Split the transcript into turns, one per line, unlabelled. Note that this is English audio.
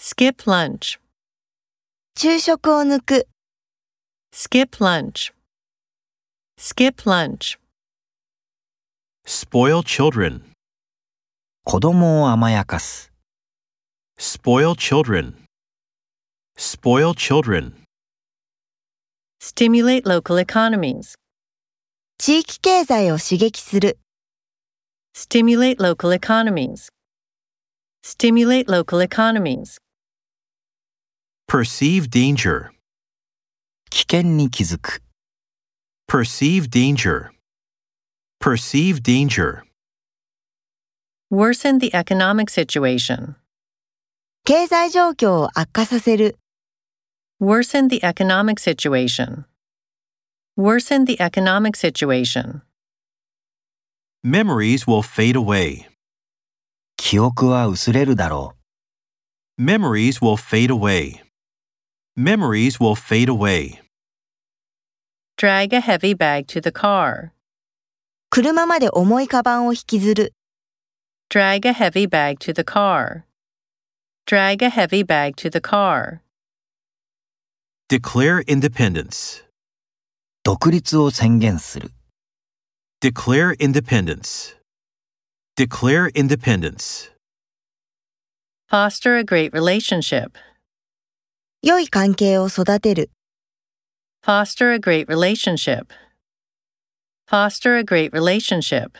skip lunch,
昼食を抜く、
skip lunch, skip lunch,
Spoil children.
子供を甘やかす、
Spoil children. Spoil children.
stimulate local economies,
地域経済を刺激する、
stimulate local economies, stimulate local economies,
Perceive danger.
危険に気づく、
Perceive danger. Perceive danger.
worsen the economic situation,
経済状況を悪化させる、
worsen the economic situation, worsen the economic situation,
Memories will fade away.
記憶は薄れるだろう。
Memories will fade away. Memories will fade away.
drag a heavy bag to the car,
車まで重いカバンを引きずる、
drag a heavy bag to the car, drag a heavy bag to the car,
Declare independence.
独立を宣言する、
Declare independence. Declare independence.
foster a great relationship,
良い関係を育てる、
foster a great relationship, foster a great relationship.